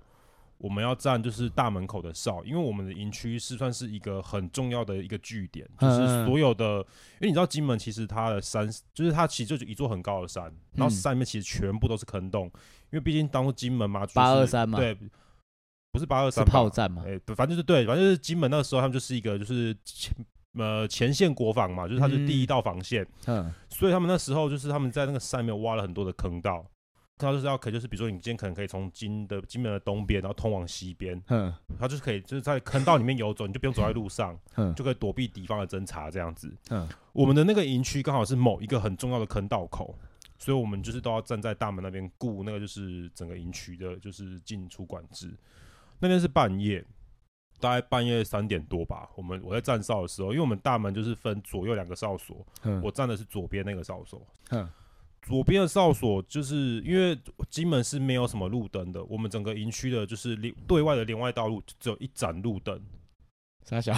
我们要站就是大门口的哨，因为我们的营区是算是一个很重要的一个据点，就
嗯嗯
是所有的，因为你知道金门其实它的山，就是它其实就是一座很高的山，
嗯
然后山里面其实全部都是坑洞，因为毕竟当初金门嘛，就是
823嘛
对，不是八二
是
三
炮战嘛？
哎、对反正就是对，反正就是金门那个时候他们就是一个就是前呃前线国防嘛，就是它是第
嗯
一道防线。
嗯，
所以他们那时候就是他们在那个山里面挖了很多的坑道，坑道就是要可以就是比如说你今天可能可以从金的金门的东边，然后通往西边，
哼
它就是可以就是在坑道里面游走，你就不用走在路上，
哼
就可以躲避敌方的侦查这样子。
哼，
我们的那个营区刚好是某一个很重要的坑道口，所以我们就是都要站在大门那边顾那个就是整个营区的就是进出管制。那天是半夜，大概半夜三点多吧，我们我在站哨的时候，因为我们大门就是分左右两个哨所，
哼
我站的是左边那个哨所
嗯哼。
左边的哨所，就是因为金门是没有什么路灯的，我们整个营区的就是连对外的连外道路只有一盏路灯，
傻小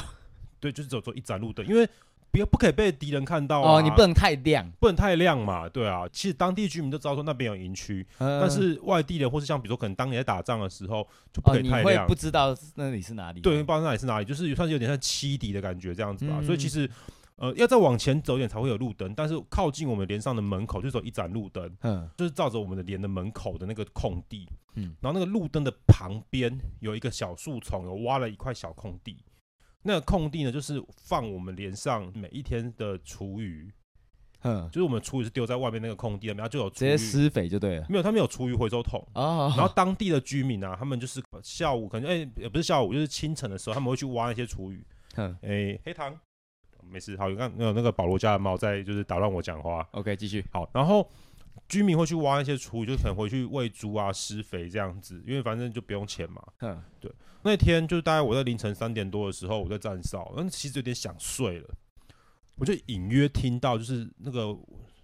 对，就是只有做一盏路灯，因为不要不可以被敌人看到啊，
哦，你不能太亮，
不能太亮嘛，对啊。其实当地居民都知道说那边有营区，
但
但是外地人或是像比如说可能当年在打仗的时候就不
哦，
可以
你
太
会
亮，
不知道那里是哪里？
对，不知道那里是哪里，就是算是有点像欺敌的感觉这样子吧。
嗯
所以其实呃要再往前走一点才会有路灯，但是靠近我们连上的门口就只有一盏路灯，
嗯，
就是照着我们的连的门口的那个空地，
嗯
然后那个路灯的旁边有一个小树丛，有挖了一块小空地。那个空地呢，就是放我们连上每一天的厨余，
哼，
就是我们厨余是丢在外面那个空地那边，它就有
直
厨
接
余，
施肥就对了。
没有，它没有厨余回收桶。
哦，
然后当地的居民啊，他们就是下午可能哎、也不是下午，就是清晨的时候，他们会去挖那些厨余。
哼
哎、黑糖，没事，好，有看有那个保罗家的猫在，就是打乱我讲话。
，OK，继续。
好，然后居民会去挖那些厨余，就可能回去喂猪啊、施肥这样子，因为反正就不用钱嘛。
哼，
那天就是大概我在凌晨三点多的时候，我在站哨，但其实有点想睡了，我就隐约听到就是那个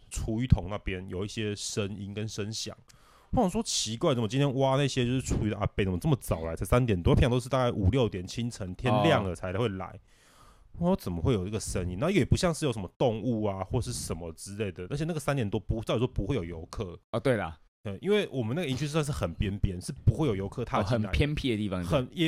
厨余桶那边有一些声音跟声响。我想说奇怪，怎么今天挖那些就是厨余的阿伯怎么这么早来？才三点多，平常都是大概五六点清晨天亮了才会来。我说怎么会有这个声音？那也不像是有什么动物啊或是什么之类的，而且那个三点多不照理说不会有游客，
哦，对了，
嗯，因为我们那个营区算是很边边，是不会有游客踏
哦
进
很
来的。
偏僻的地方，
很也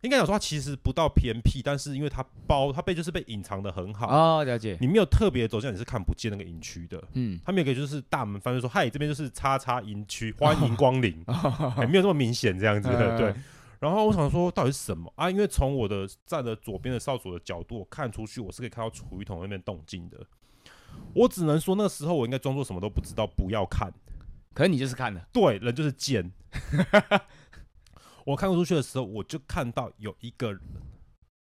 应该讲说，它其实不到偏僻，但是因为它包它被就是被隐藏的很好，
哦，了解。
你没有特别走向，你是看不见那个营区的。
嗯，
他们有个就是大门翻就说：“嗨，这边就是叉叉营区，欢迎光临。哎没有那么明显这样子，对。
哦嗯
然后我想说到底是什么啊？因为从我的站的左边的哨所的角度看出去，我是可以看到储鱼桶那边动静的。我只能说那时候我应该装作什么都不知道，不要看。
可是你就是看了，
对，人就是贱。我看出去的时候，我就看到有一个人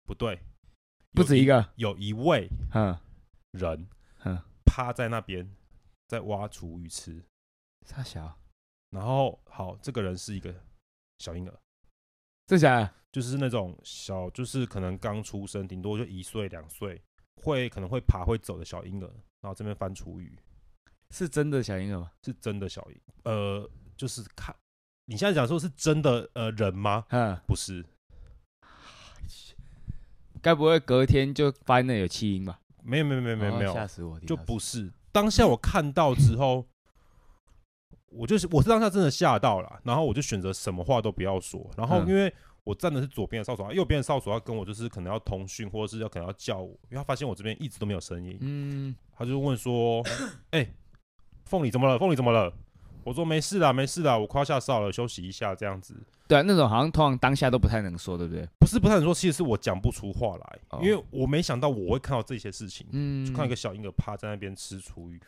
不对，
不止一
个，
个，
有一位
嗯，
人
嗯
趴在那边在挖厨余吃。
傻小，
然后好，这个人是一个小婴儿，
这下
就是那种小，就是可能刚出生，顶多就一岁两岁，会可能会爬会走的小婴儿，然后这边翻厨余，
是真的小婴儿吗？
是真的小婴，呃，就是看你现在讲说是真的呃人吗？
嗯，
不是，
该不会隔天就翻了有弃婴吧？
没有没有没有没有
哦
没有，
吓死我！
就不是。当下我看到之后，我就是我是当下真的吓到了，然后我就选择什么话都不要说。然后
嗯
因为我站的是左边的哨所，右边的哨所要跟我就是可能要通讯，或者是要可能要叫我，因为他发现我这边一直都没有声音，
嗯，
他就问说：“哎、凤梨怎么了？凤梨怎么了？”我说：“没事啦，没事啦，我快要下哨了，休息一下这样子。”
对啊，那种好像通常当下都不太能说，对不对？
不是不太能说，其实是我讲不出话来，
哦
因为我没想到我会看到这些事情。
嗯，
就看到一个小婴儿趴在那边吃厨余。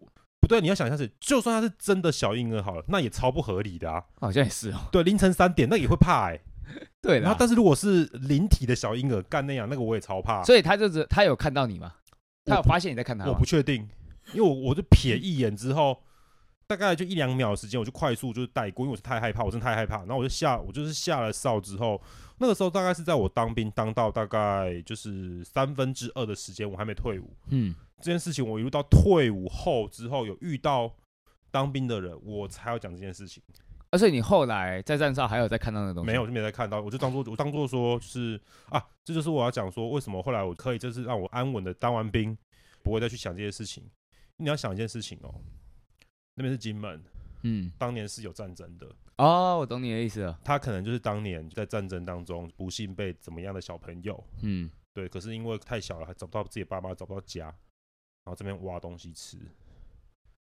我不对，你要想一下是，就算他是真的小婴儿好了，那也超不合理 的啊。
好像也是哦。
对，凌晨三点那也会怕哎、
对
然后，
的，
但是如果是灵体的小婴儿干那样，那个我也超怕。
所以他就只他有看到你吗？他有嗯
我不
发现你在看他
我
吗
不？确定，因为我我就瞥一眼之后，大概就一两秒的时间，我就快速就是带过，因为我是太害怕，我真的太害怕。然后我就下，我就是下了哨之后，那个时候大概是在我当兵当到大概就是三分之二的时间，我还没退伍。
嗯，
这件事情，我一路到退伍后之后有遇到当兵的人，我才要讲这件事情。
啊，所以你后来在站上还有在看到那东西？
没有，我就没再看到，我就当做我当做说是啊，这就是我要讲说为什么后来我可以，就是让我安稳的当完兵，不会再去想这些事情。你要想一件事情哦，那边是金门，
嗯，
当年是有战争的，
哦，我懂你的意思了。
他可能就是当年在战争当中不幸被怎么样的小朋友，
嗯，
对，可是因为太小了，还找不到自己的爸妈，找不到家，然后这边挖东西吃，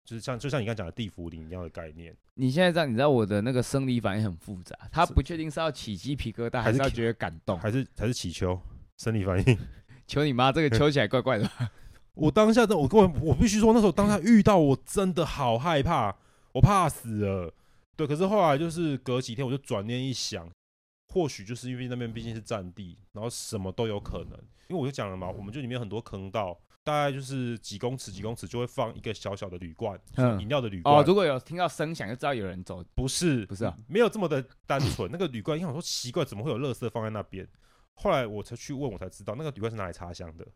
就是像就像你刚讲的地府灵一样的概念，
你现在这样，你知道我的那个生理反应很复杂，他
是
不确定是要起鸡皮疙瘩，
还
还
是
是要觉得感动。
还是还是祈求生理反应。
求你妈，这个求起来怪怪的。
我当下真的，我跟我我必须说，那时候当下遇到我真的好害怕，我怕死了。对，可是后来就是隔几天，我就转念一想，或许就是因为那边毕竟是战地，然后什么都有可能。因为我就讲了嘛，我们就里面很多坑道，大概就是几公尺几公尺就会放一个小小的铝罐，饮
嗯，
料的铝罐。
哦，如果有听到声响，就知道有人走。
不是，
不是啊，
没有这么的单纯。 那个铝罐，一想说奇怪，怎么会有垃圾放在那边？后来我才去问，我才知道那个铝罐是拿来插香的，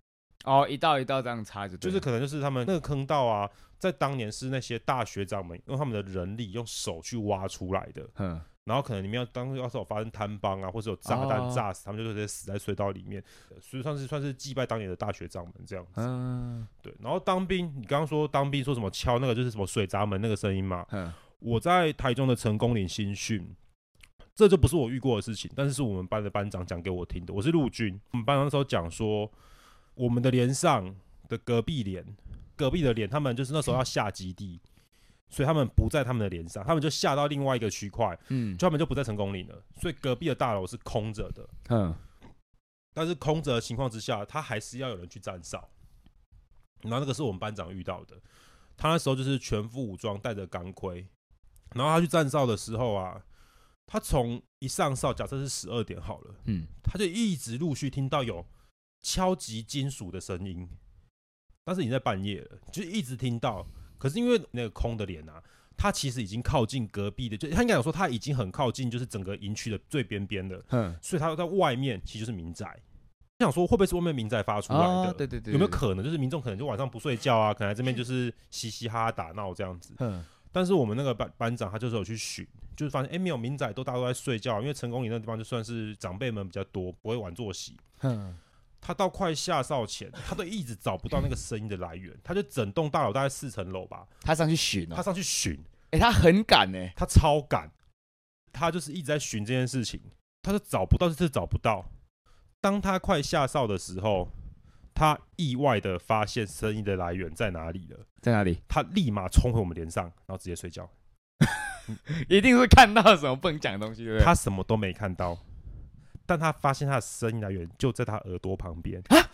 哦，一道一道这样插着，
就是可能就是他们那个坑道啊，在当年是那些大学长们用他们的人力用手去挖出来的，
嗯，
然后可能里面要当要是有发生贪帮啊，或者有炸弹
哦
炸死，他们就直接死在隧道里面，呃所以算是算是祭拜当年的大学长们这样子。
嗯
对，然后当兵，你刚刚说当兵说什么敲那个就是什么水闸门那个声音嘛，
嗯，
我在台中的成功岭新训，这就不是我遇过的事情，但是是我们班的班长讲给我听的。我是陆军，我们班长那时候讲说，我们的连上的隔壁连，隔壁的连，他们就是那时候要下基地，所以他们不在他们的连上，他们就下到另外一个区块，
嗯，
就他们就不在成功岭了，所以隔壁的大楼是空着的。
嗯，
但是空着的情况之下，他还是要有人去站哨。然后那个是我们班长遇到的，他那时候就是全副武装，戴着钢盔。然后他去站哨的时候啊，他从一上哨，假设是十二点好了，
嗯，
他就一直陆续听到有敲击金属的声音，但是已经在半夜了，就一直听到。可是因为那个空的脸啊，他其实已经靠近隔壁的，就他应该讲说他已经很靠近，就是整个营区的最边边了。
嗯，
所以他在外面其实就是民宅。想说会不会是外面民宅 发出来的？
哦，对对对，
有没有
对？
可能就是民众可能就晚上不睡觉啊，可能在这边就是嘻嘻哈哈打闹这样子？
嗯，
但是我们那个班班长他就是有去巡，就是发现哎、诶没有民宅都大家都在睡觉，因为成功岭那地方就算是长辈们比较多，不会晚作息。
嗯，
他到快下哨前，他都一直找不到那个声音的来源，他就整栋大楼大概四层楼吧，
他上去巡
他
哦，
上去巡，
哎，他很敢哎，
他超赶，他就是一直在寻这件事情，他就找不到，就是找不到。当他快下哨的时候，他意外的发现声音的来源在哪里了，
在哪里？
他立马冲回我们连上，然后直接睡觉。
一定是看到什么不能讲的东西，对不对？
他什么都没看到，但他发现他的声音来源就在他耳朵旁边
啊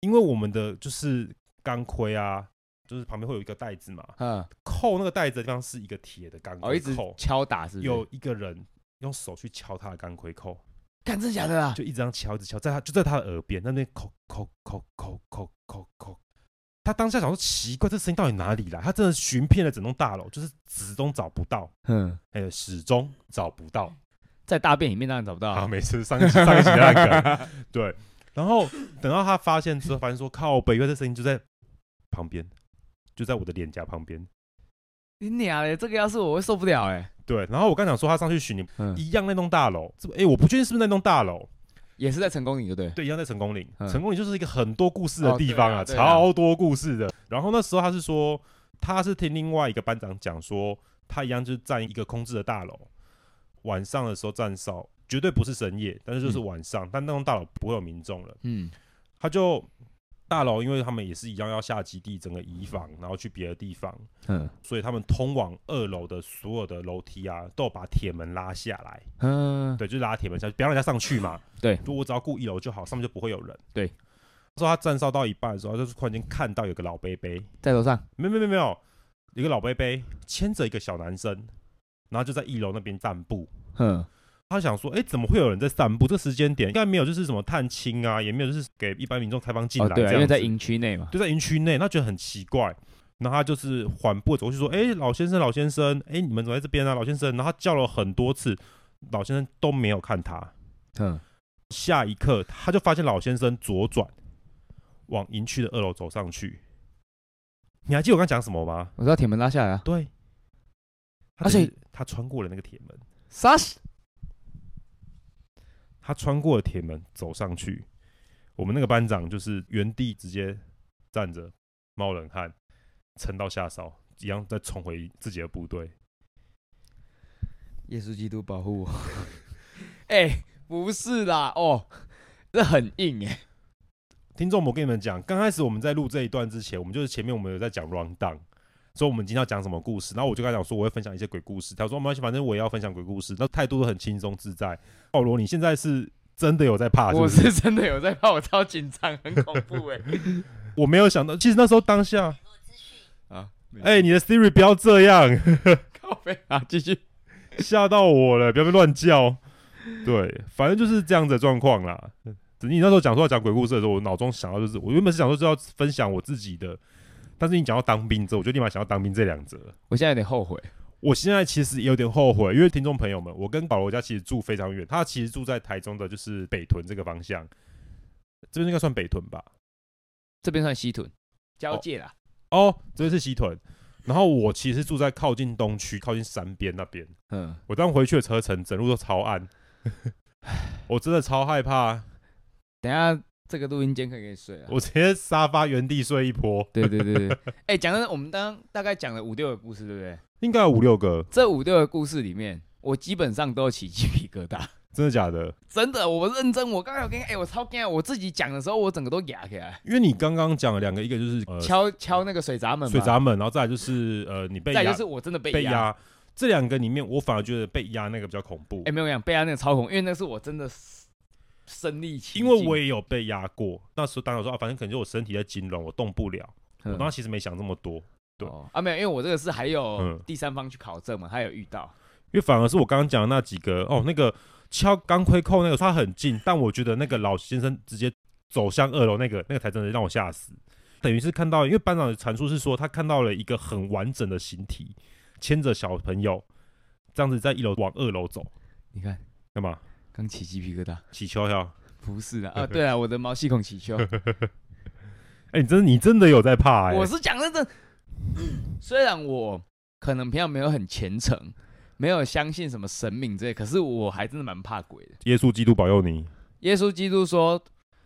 因为我们的就是钢盔啊，就是旁边会有一个带子嘛，
嗯，
扣那个带子的地方是一个铁的钢
哦，一
盔
直
扣，
敲打是不是？
有，一个人用手去敲他的钢盔扣，
干真假的啊啦？
就一直这样敲，一直敲，在他就在他的耳边那边扣扣扣扣扣扣扣。他当下想说奇怪，这声音到底哪里来？他真的寻遍了整栋大楼，就是始终找不到，
嗯，
哎、始终找不到。
在大便里面当然找不到
啊，
啊。
每次上一集上一集的那个，对。然后等到他发现之后，发现说靠北，原来这声音就在旁边，就在我的脸颊旁边。
你娘嘞！这个要是我会受不了哎、
对，然后我刚想说他上去巡逻，
嗯，
一样那栋大楼，这哎、我不确定是不是那栋大楼，
也是在成功岭，就对。
对，一样在成功岭。
嗯
成功岭就是一个很多故事的地方
哦对啊对啊
超多故事的。然后那时候他是说，他是听另外一个班长讲说，他一样就是站一个空置的大楼，晚上的时候站哨，绝对不是深夜，但是就是
嗯
晚上，但那栋大楼不会有民众了。
嗯
他就大楼，因为他们也是一样要下基地，整个移防，然后去别的地方，
嗯
所以他们通往二楼的所有的楼梯啊，都有把铁门拉下来，
嗯，
对，就是拉铁门下去，不要让人家上去嘛。
对
如果我只要顾一楼就好，上面就不会有人。
对，
说他站哨到一半的时候，他就是突然间看到有个老伯伯，
在楼上。
没有没有没有没有，有个老伯伯牵着一个小男生，然后就在一楼那边散步。
嗯
他想说，哎、怎么会有人在散步？这时间点应该没有，就是什么探亲啊，也没有就是给一般民众开放进来、
哦，
这
对、啊，因
样
为在
子
营区内嘛。
就在营区内，他觉得很奇怪。然后他就是缓步走过去说：“哎、老先生，老先生，哎、你们怎么在这边啊，老先生？”然后他叫了很多次，老先生都没有看他。
嗯，
下一刻，他就发现老先生左转往营区的二楼走上去。你还记得我刚讲什么吗？
我知道铁门拉下来啊。
对，他
啊所以
就是他穿过了那个铁门，
杀
他穿过了铁门走上去。我们那个班长就是原地直接站着冒冷汗，撑到下哨，一样再冲回自己的部队。
耶稣基督保护我。 哎、不是啦，哦，这很硬哎、
听众，我跟你们讲，刚开始我们在录这一段之前，我们就是前面我们有在讲 round down，所以我们今天要讲什么故事，然后我就跟他讲说我会分享一些鬼故事，他说没关系，反正我也要分享鬼故事，那态度都很轻松自在。保罗，你现在是真的有在怕是不
我
是？
啊是真的有在怕，我超紧张，很恐怖哎、
我没有想到，其实那时候当下，
啊，
哎、你的 Siri 不要这样，
靠背啊，继续。
吓到我了，不要被乱叫。对，反正就是这样子的状况啦。你那时候讲说要讲鬼故事的时候，我脑中想到就是，我原本是想说是要分享我自己的，但是你讲到当兵之后，我就立马想到当兵这两则。
我现在有点后悔。
我现在其实有点后悔，因为听众朋友们，我跟保罗家其实住非常远，他其实住在台中的，就是北屯这个方向，这边应该算北屯吧？
这边算西屯交界啦。
哦，这边是西屯，然后我其实住在靠近东区、靠近山边那边。
嗯，
我当时回去的车程，整路都超 暗，我真的超害怕，
等一下这个录音间可以给你睡啊了。
我直接沙发原地睡一波，
对对对对，哎、讲真的，我们刚刚大概讲了五六个故事，对不对？
应该有五六个，
这五六个故事里面，我基本上都有起鸡皮疙瘩。
真的假的？
真的，我认真，我刚才有跟你哎、我超惊讶，我自己讲的时候，我整个都哑起来，
因为你刚刚讲了两个，一个就是呃
敲敲那个水闸门嘛，
水闸门，然后再来就是呃你被
再
压
就是我真的被
被
压，
压。这两个里面，我反而觉得被压那个比较恐怖
哎、。没有我跟你讲被压那个超恐怖，因为那是我真的身历其
因
境，
为我也有被压过，那时候当然说啊，反正可能就我身体在痉挛，我动不了。
嗯
我当时其实没想这么多，因对
哦啊没有，因为我这个是还有
嗯
第三方去考证嘛，还有遇到，
为反而是我刚刚讲的那几个哦，那个敲钢盔扣那个，他很近，但我觉得那个老先生直接走向二楼那个，那个才真的让我吓死。等于是看到，因为班长的阐述是说，他看到了一个很完整的形体，牵着小朋友这样子在一楼往二楼走，
你看
干嘛？
刚起鸡皮疙瘩，
起敲呀！
不是 的啊，对啊，我的毛细孔起球，
哎、你真的你真的有在怕哎、
我是讲真的， 虽然我可能平常没有很虔诚，没有相信什么神明之类，可是我还真的蛮怕鬼的。
耶稣基督保佑你。
耶稣基督说，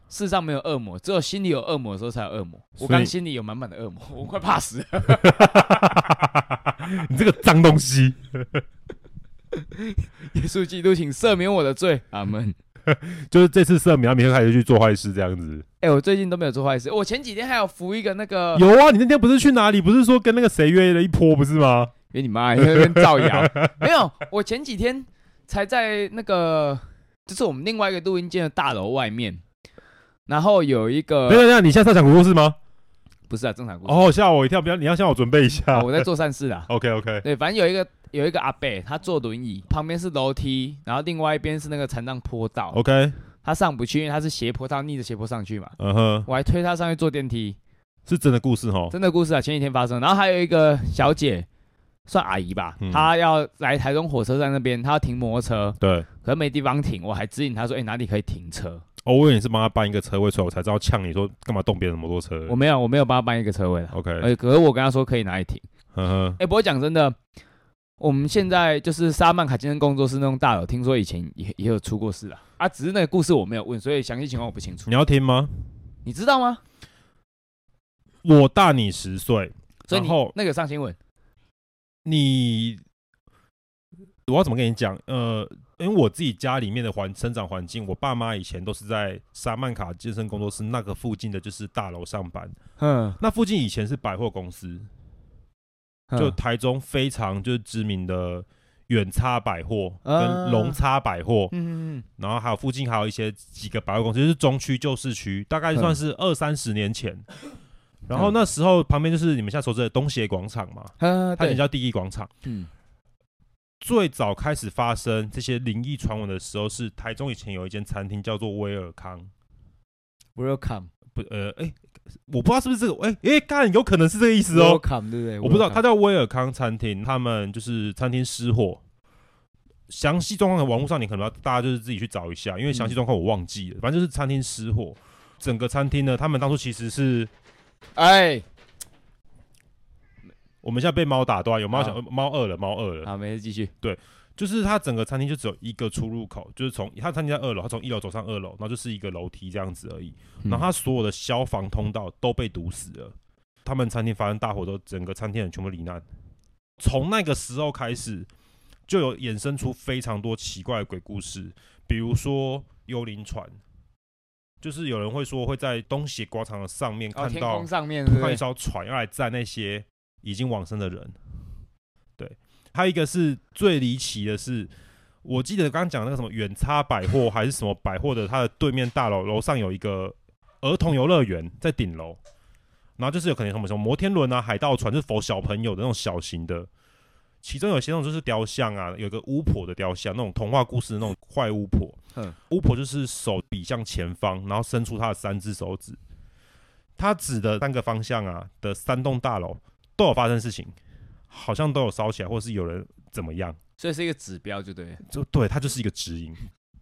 世上没有恶魔，只有心里有恶魔的时候才有恶魔。
所
我
以
刚心里有满满的恶魔， 我快怕死了。
你这个脏东西！
耶稣基督，请赦免我的罪，阿门。
就是这次赦免，他明天开始去做坏事这样子。
哎、我最近都没有做坏事，我前几天还有服一个那个
有啊，你那天不是去哪里？不是说跟那个谁约了一波不是吗？
因为你妈在那边造谣。没有，我前几天才在那个，就是我们另外一个录音间的大楼外面，然后有一
等一
个
下等一下，你现在在讲故事吗？
不呃是啊，正常故事，
哦，吓我一跳！不要，你要向我准备一下
哦。我在做善 事啦。
OK OK，
对，反正有一个有一个阿伯，他坐轮椅，旁边是楼梯，然后另外一边是那个残障坡道，
OK，
他上不去，因为他是斜坡，他逆着斜坡上去嘛。
嗯哼，
我还推他上去坐电梯，
是真的故事哈。
真的故事啊，前几天发生。然后还有一个小姐，算阿姨吧，
嗯
她要来台中火车站那边，她要停摩托车，
对，
可是没地方停，我还指引她说，哎、哪里可以停车？
哦，我以为你是帮他搬一个车位出来，我才知道呛你说干嘛动别人的摩托车。
我没有，我没有帮她搬一个车位了。
OK，
哎、可是我跟她说可以哪里停。
嗯哼，
哎、不过讲真的，我们现在就是沙曼卡健身工作室那栋大楼，听说以前也也有出过事啊。啊，只是那个故事我没有问，所以详细情况我不清楚
你。要听吗？
你知道吗？
我大你十岁，
所以你
然后
那个上新闻，
你我要怎么跟你讲？呃，因为我自己家里面的环生长环境，我爸妈以前都是在沙曼卡健身工作室那个附近的就是大楼上班，
嗯，
那附近以前是百货公司，就
嗯
台中非常就是知名的远差百货
啊
跟龙差百货，
嗯嗯
然后还有附近还有一些几个百货公司，就是中区旧市区，大概算是二三十年前。然后那时候旁边就是你们现在熟知的东协广场嘛，
嗯，啊
它以前
对，
叫第一广场。
嗯，
最早开始发生这些灵异传闻的时候，是台中以前有一间餐厅叫做威尔康，
Welcome，
不呃哎、我不知道是不是这个，哎、哎干、有可能是这个意思哦、
Welcome，对不对？
我不知道，
Welcome
它叫威尔康餐厅，他们就是餐厅失火，详细状况在网络上你可能要大家就是自己去找一下，因为详细状况我忘记了，反正就是餐厅失火，整个餐厅呢，他们当初其实是
哎，
我们现在被猫打断，有猫想呃
好
猫饿了，猫饿了，
好，没事，继续。
就是它整个餐厅就只有一个出入口，就是从它餐厅在二楼，它从一楼走上二楼，然后就是一个楼梯这样子而已，然后它所有的消防通道都被堵死了，他们餐厅发生大火之后，整个餐厅人全部罹难。从那个时候开始，就有衍生出非常多奇怪的鬼故事，比如说幽灵船，就是有人会说会在东协广场的上面
哦，
看
天
到
空上面，
看到一
对不对
艘船要来载那些已经往生的人。对，还有一个是最离奇的是，我记得刚刚讲那个什么远差百货还是什么百货的，它的对面大楼楼上有一个儿童游乐园在顶楼，然后就是有可能什么什么摩天轮啊、海盗船，就是否小朋友的那种小型的。其中有些那种就是雕像啊，有个巫婆的雕像，那种童话故事的那种坏巫婆。
嗯
巫婆就是手比向前方，然后伸出她的三只手指，他指的三个方向啊的三栋大楼都有发生事情，好像都有烧起来，或是有人怎么样，
所以是一个指标，就对了。
就对，它就是一个指引。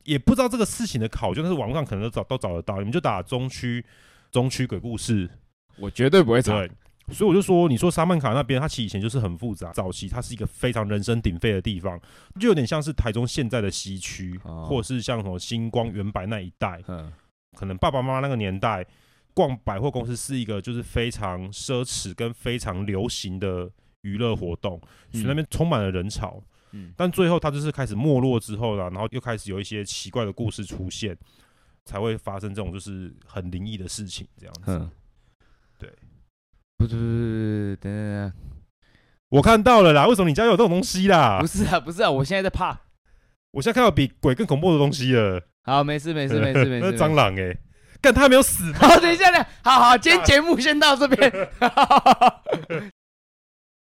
也不知道这个事情的考究，但是网络上可能都找都找得到，你们就打中区中区鬼故事，
我绝对不会
对。所以我就说，你说沙曼卡那边，它其实以前就是很复杂，早期它是一个非常人声鼎沸的地方，就有点像是台中现在的西区，
哦
或是像什么星光、原白那一带，
嗯，
可能爸爸妈妈那个年代逛百货公司是一个就是非常奢侈跟非常流行的娱乐活动，所以那边充满了人潮。
嗯
但最后它就是开始没落之后啦，然后又开始有一些奇怪的故事出现，才会发生这种就是很灵异的事情这样子。
嗯，
对。
不不不不，等等
我看到了啦，为什么你家有这种东西啦
等，不？是啊，不是啊，我现在在怕。
我现在看到比鬼更恐怖的东西了，
好，没事没事没事没
那
事。
是蟑螂哎、干他还没有死，
好，等一下，等一下，好好，今天节目先到这边。